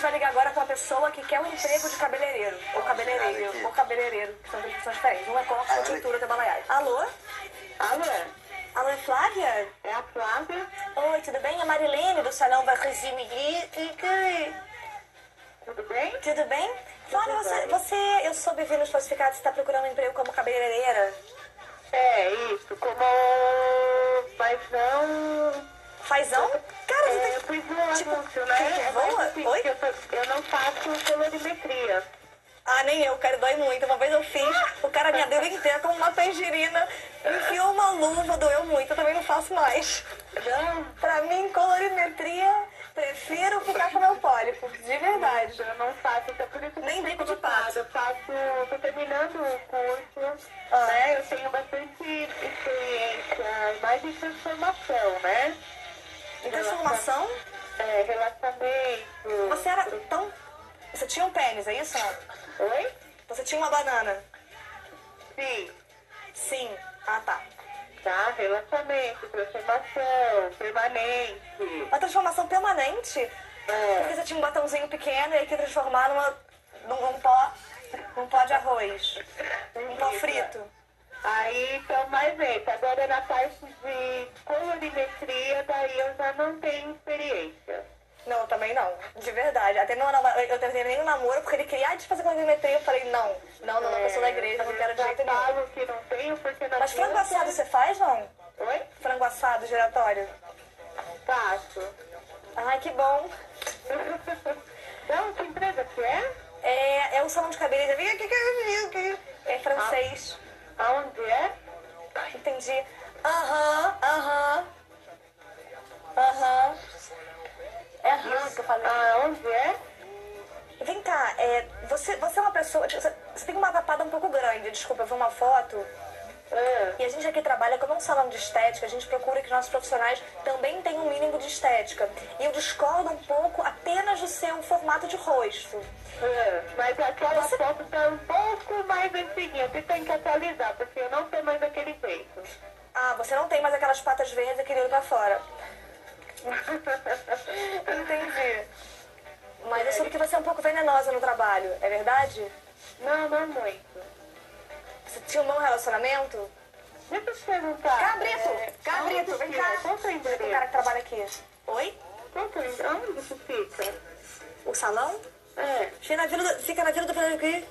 vai ligar agora pra uma pessoa que quer um emprego de cabeleireiro. Ou cabeleireiro, ou cabeleireiro, que são duas pessoas diferentes. Um é corte, outro é tintura, trabalhar. Alô? Alô? Alô, é Flávia? É a Flávia? Oi, tudo bem? É Marilene, do Salão Barrosime Tudo bem? Tudo bem? Flávia, você, você- eu soube vir nos classificados, você tá procurando um emprego como cabeleireira? É, isso. Como... Mas não... Fazão? Cara, você É, tá... eu fiz um anúncio, né? que É, voa? mas, assim, Oi? Eu, fa- eu não faço colorimetria. Ah, nem eu, cara, dói muito. Uma vez eu fiz, o cara me deu inteira como uma tangerina, me enfiou uma luva, doeu muito, eu também não faço mais. Não, Pra mim, colorimetria, prefiro ficar com meu pólipo, de verdade. é eu não faço. Então, por isso que Nem eu bico de tô preocupada. pato. Eu faço... Eu tô terminando o curso, Ah. né? Eu tenho bastante experiência, mais em transformação, né? Em transformação, É, relacionamento... você era tão... Você tinha um pênis, é isso? Oi? Você tinha uma banana? Sim. Sim. Ah, tá. Tá, relacionamento, transformação, permanente. Uma transformação permanente? Porque É, você tinha um botãozinho pequeno e aí que transformar numa, num, num pó... Num pó de arroz. Um pó frito. aí então mais esse. Agora na parte de colorimetria, daí eu já não tenho experiência. Não, também não. De verdade. Até meu namoro, eu terminei um namoro porque ele queria ah, desfazer colorimetria. Eu falei, não, não, não, não, eu sou da igreja, não quero de jeito É, Eu nenhum. falo que não tenho porque não Mas tenho- frango assado você faz, não? Oi? Frango assado, giratório. Faço. Ai, que bom. Não, Então, que empresa que é? É, é um salão de cabeleireiro. Vem aqui, que eu vi, que- É francês. Aonde é? Entendi. Ah. Aham, aham. Aham. É aham que eu falei. Aonde é? Vem cá, é, você, você é uma pessoa. Você, você tem uma papada um pouco grande, desculpa, eu vi uma foto. Ah, E a gente aqui trabalha como um salão de estética, a gente procura que nossos profissionais também tenham um mínimo de estética. E eu discordo um pouco apenas do seu formato de rosto. ah, mas aquela Você- foto tá um pouco mais antiguinha. Você tem que atualizar, porque eu não sou mais daquele jeito. Ah, você não tem mais aquelas patas verdes e aquele olho pra fora. Entendi. Mas eu soube que você é um pouco venenosa no trabalho, é verdade? Não, não muito. Você tinha um bom relacionamento? Deixa eu te perguntar. Cabrito! é, Cabrito, onde vem fica? cá! Qual que é Tem um o cara que endereço? trabalha aqui. Oi? Qual que é o endereço? Onde isso fica? O salão? É. Fica na Vila do, fica na Vila do Piranguí.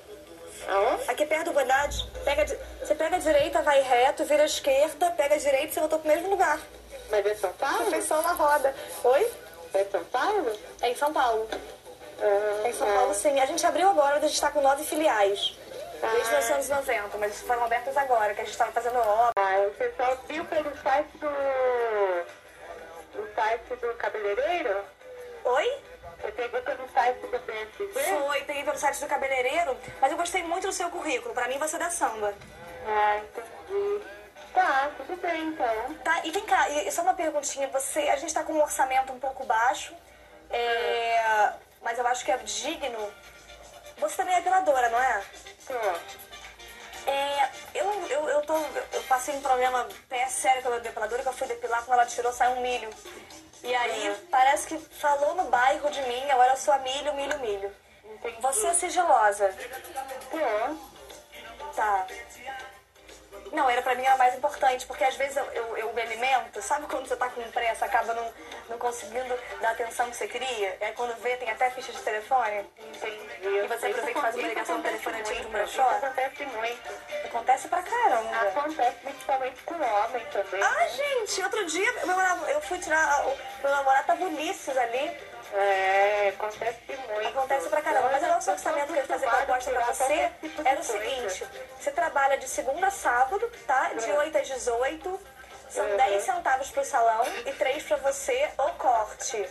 Aonde? Aqui perto do Bondade. Pega, di- você pega a direita, vai reto, vira a esquerda, pega a direita e você voltou pro mesmo lugar. Mas é São Paulo? Pessoal na roda. Oi? É São Paulo? É em São Paulo. Ah, É em São Paulo, sim. A gente abriu agora, a gente está com nove filiais. Desde Ah. 1990, mas foram abertas agora, que a gente estava fazendo obra. Ah, o pessoal viu pelo site do... do site do cabeleireiro? Oi? Você pegou pelo site do BSG? Foi, peguei pelo site do cabeleireiro, mas eu gostei muito do seu currículo. Pra mim, você dá samba. Ah, entendi. Tá, tudo bem então. Tá, e vem cá, e e só uma perguntinha. Você, a gente tá com um orçamento um pouco baixo, é, mas eu acho que é digno. Você também é apeladora, não é? Tô. É, eu, eu, eu, tô, eu passei um problema pé sério com a minha depiladora, que eu fui depilar, quando ela tirou, saiu um milho. E aí, parece que falou no bairro de mim, agora eu sou a milho, milho, milho. Entendi. Você é sigilosa, Hum. Tô. tá? Não, era pra mim era mais importante, porque às vezes eu, eu, eu me alimento, sabe quando você tá com pressa, acaba não, não conseguindo dar a atenção que você queria? É quando vê, tem até ficha de telefone. Entendi. E você aproveita e faz uma ligação Isso acontece telefonativa muito, de um brechó? Isso acontece muito. Acontece pra caramba. Acontece principalmente com homem também. né? Ah, gente, outro dia meu namorado, eu fui tirar. o- Meu namorado tava Ulisses ali. É, acontece muito. Acontece pra caramba. Mas o nosso orçamento que eu ia fazer proposta pra você tipo era o seguinte: você trabalha de segunda a sábado, tá? De 8 às 18. São 10 centavos pro salão e 3 pra você ou corte.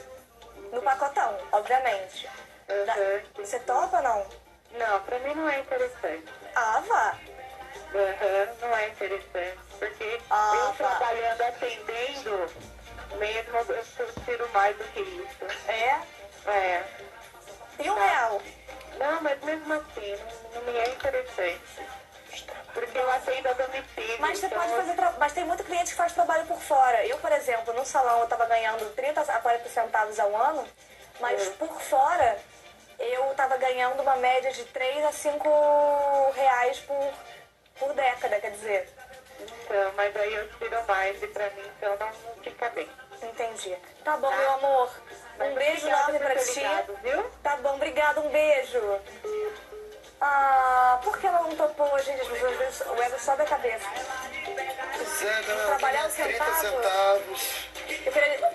No pacotão, obviamente. Da- Uhum. Você topa ou não? Não, pra mim não é interessante. Ah, vá. Aham, não é interessante. Porque Ah, eu tá. trabalhando, atendendo, mesmo eu tiro mais do que isso. É. É. E um real? Não, mas mesmo assim, não- não me é interessante. Porque eu atendo a domicílio. Mas você então pode eu- fazer tra... Mas tem muito cliente que faz trabalho por fora. Eu, por exemplo, no salão eu tava ganhando 30 a 40 centavos ao ano, mas por fora eu tava ganhando uma média de 3 a 5 reais por, por década, quer dizer. Então, mas aí eu tiro mais e pra mim então não fica bem. Entendi. Tá bom, meu amor. Um Mas beijo obrigada enorme por pra ter ti. ligado, viu? Tá bom, obrigada, um beijo. Ah, por que ela não topou a gente? As pessoas o ego sobe a cabeça. Pois é, né? Trabalhar 30 sentado. centavos. Eu queria.